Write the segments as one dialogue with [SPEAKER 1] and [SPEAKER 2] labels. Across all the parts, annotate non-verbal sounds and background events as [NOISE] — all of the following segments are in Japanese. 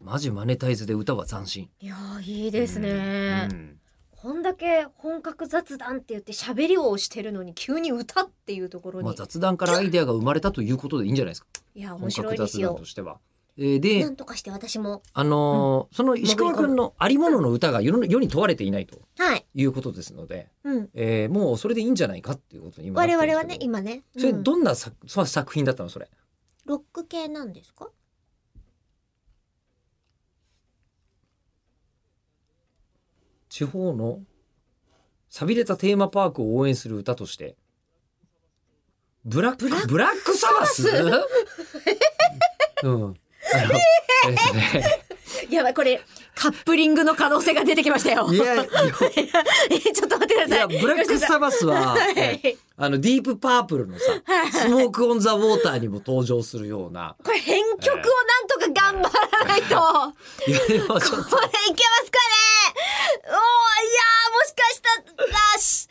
[SPEAKER 1] マジマネタイズで歌は斬新。
[SPEAKER 2] いやーいいですね、
[SPEAKER 1] うん
[SPEAKER 2] こんだけ本格雑談って言って喋りをしてるのに急に歌っていうところに、
[SPEAKER 1] まあ、雑談からアイデアが生まれたということでいいんじゃないですか。
[SPEAKER 2] いや
[SPEAKER 1] 本
[SPEAKER 2] 面白
[SPEAKER 1] 格
[SPEAKER 2] いで
[SPEAKER 1] 雑
[SPEAKER 2] す
[SPEAKER 1] 談
[SPEAKER 2] よ
[SPEAKER 1] としては。えーで
[SPEAKER 2] な、んとかして私も
[SPEAKER 1] あのーその石川君のありものの歌が世の世に問われていないと
[SPEAKER 2] はい
[SPEAKER 1] いうことですので、
[SPEAKER 2] うん
[SPEAKER 1] えーもうそれでいいんじゃないかっていうことに今なって
[SPEAKER 2] 我
[SPEAKER 1] るんですけ
[SPEAKER 2] 々
[SPEAKER 1] ど
[SPEAKER 2] はね今ね、
[SPEAKER 1] それ
[SPEAKER 2] うん
[SPEAKER 1] どんな作,、その作品だったのそれ
[SPEAKER 2] ロック系なんですか
[SPEAKER 1] 地方の寂れたテーマパークを応援する歌としてブラックブラックサバスうんあのですね
[SPEAKER 2] [LAUGHS]
[SPEAKER 1] [LAUGHS]
[SPEAKER 2] やばいこれカップリングの可能性が出てきましたよ
[SPEAKER 1] い
[SPEAKER 2] [LAUGHS]
[SPEAKER 1] やい
[SPEAKER 2] えちょっと待ってください
[SPEAKER 1] やブラックサバスは、
[SPEAKER 2] はい
[SPEAKER 1] あのディープパープルのさ「スモーク・オン・ザ・ウォーター」にも登場するような
[SPEAKER 2] これ編曲をなんとか頑張らない
[SPEAKER 1] い
[SPEAKER 2] と、
[SPEAKER 1] やでもちょっ
[SPEAKER 2] これいけますかねおーいやーもしかしたらあし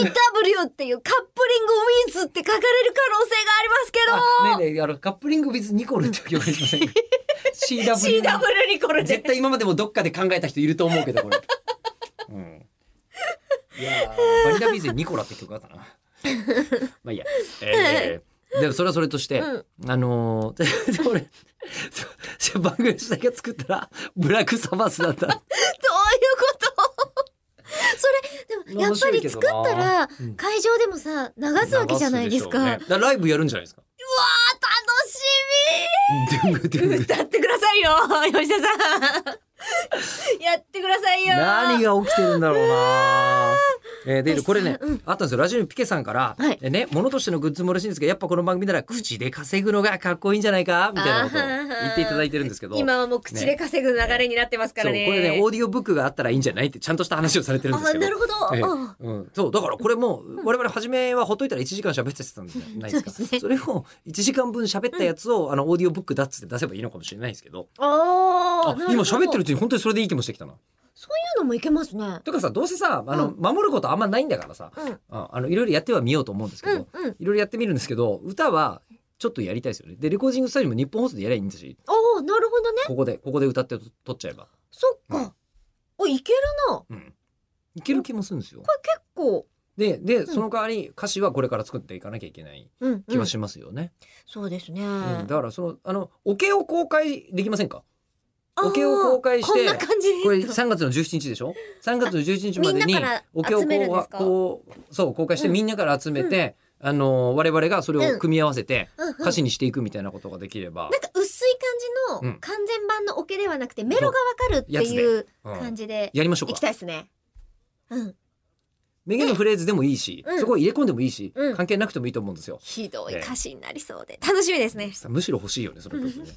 [SPEAKER 2] CW っていうカップリングウィズって書かれる可能性がありますけ
[SPEAKER 1] あ
[SPEAKER 2] ど
[SPEAKER 1] ねえねえあのカップリング・ビズ・ニコルって呼ばれてま [LAUGHS] せんか CW
[SPEAKER 2] CW にこ
[SPEAKER 1] [LAUGHS]
[SPEAKER 2] れ
[SPEAKER 1] 絶
[SPEAKER 2] で
[SPEAKER 1] 対今までもどっかで考えた人いると思うけどこれ。うん、いやーバニラビーゼニコラって曲あ [LAUGHS] ったな。まあいいや。えーでもそれはそれとして、
[SPEAKER 2] うん
[SPEAKER 1] あのー、 [LAUGHS] でで俺そう番組主題歌作ったらブラックサバスだ [LAUGHS] った。
[SPEAKER 2] どういうことそれでもやっぱり作ったら
[SPEAKER 1] うん
[SPEAKER 2] 会場でもさ流すわけじゃないですか。
[SPEAKER 1] 流でしょうねだらライブやるんじゃないですか。
[SPEAKER 2] あ楽し
[SPEAKER 1] ドゥンドゥンドゥンド [LAUGHS]
[SPEAKER 2] み
[SPEAKER 1] ゥン
[SPEAKER 2] 歌ってくださいよ吉田さんやってくださいよ
[SPEAKER 1] 何が起きてるんだろうな。えー、で
[SPEAKER 2] 私
[SPEAKER 1] これね、
[SPEAKER 2] うん
[SPEAKER 1] あったんですよラジオにピケさんから、
[SPEAKER 2] はい
[SPEAKER 1] えね物としてのグッズも嬉しいんですけどやっぱこの番組なら口で稼ぐのがかっこいいんじゃないかみたいなことを言っていただいてるんですけど
[SPEAKER 2] 今はもう口で稼ぐ流れになってますからね
[SPEAKER 1] そうこれねオーディオブックがあったらいいんじゃないってちゃんとした話をされてるんです
[SPEAKER 2] あ
[SPEAKER 1] けど
[SPEAKER 2] なるほど、
[SPEAKER 1] ええ
[SPEAKER 2] う
[SPEAKER 1] う
[SPEAKER 2] ん
[SPEAKER 1] ん、そうだからこれも我々初めはほっといたら1時間喋ってたんじゃないですか
[SPEAKER 2] そうですね
[SPEAKER 1] れを1時間分喋ったやつを、あのオーディオブックだっつって出せばいいのかもしれないですけどあ
[SPEAKER 2] あー
[SPEAKER 1] 今喋ってるう
[SPEAKER 2] そうい
[SPEAKER 1] ちに本当にそれでいい気もしてきたな。
[SPEAKER 2] うのもいけますね。
[SPEAKER 1] とかさどうせさあの、
[SPEAKER 2] う
[SPEAKER 1] 守ることあんまないんだからさ、
[SPEAKER 2] うん
[SPEAKER 1] ああのいろいろやってはみようと思うんですけ
[SPEAKER 2] う
[SPEAKER 1] ど、
[SPEAKER 2] んうん。
[SPEAKER 1] いろいろやってみるんですけど歌はちょっとやりたいですよね。でレコーディングスタジオも日本放送でやりゃいいんだし
[SPEAKER 2] おおなるほどね。
[SPEAKER 1] ここでここで歌ってと撮っちゃえば、
[SPEAKER 2] そっか。おいけるな。
[SPEAKER 1] うん、いける気もするんですよ。
[SPEAKER 2] これ結構。
[SPEAKER 1] でで、
[SPEAKER 2] ん
[SPEAKER 1] その代わり歌詞はこれから作っていかなきゃいけない
[SPEAKER 2] うん、う
[SPEAKER 1] 気
[SPEAKER 2] ん
[SPEAKER 1] はしますよね。
[SPEAKER 2] そうですね。
[SPEAKER 1] うんだからそのあのおけを公開できませんか
[SPEAKER 2] あー
[SPEAKER 1] おけを公開して
[SPEAKER 2] こんな感じです
[SPEAKER 1] これ3月の17日でしょ3月の17日まで
[SPEAKER 2] み
[SPEAKER 1] に
[SPEAKER 2] んなから
[SPEAKER 1] お経を
[SPEAKER 2] 集めるんですか
[SPEAKER 1] こうこうそう公開して
[SPEAKER 2] うん
[SPEAKER 1] みんなから集めて、あのー我々がそれを組み合わせて
[SPEAKER 2] うんうん
[SPEAKER 1] 歌詞にしていくみたいなことができれば、
[SPEAKER 2] なんか薄い感じ
[SPEAKER 1] うん
[SPEAKER 2] の完全版のオケではなくて、メロがわかるっていう
[SPEAKER 1] うん
[SPEAKER 2] 感じで
[SPEAKER 1] やりましょう
[SPEAKER 2] いき
[SPEAKER 1] か
[SPEAKER 2] たいですね。うん。
[SPEAKER 1] めげのフレーズでもいいし、
[SPEAKER 2] うん
[SPEAKER 1] そこ入れ込んでもいいし、
[SPEAKER 2] うん
[SPEAKER 1] 関係なくてもいいと思うんですよ、
[SPEAKER 2] ひどい歌詞になりそうで楽しみですね。
[SPEAKER 1] さむしろ欲しいよねその曲ね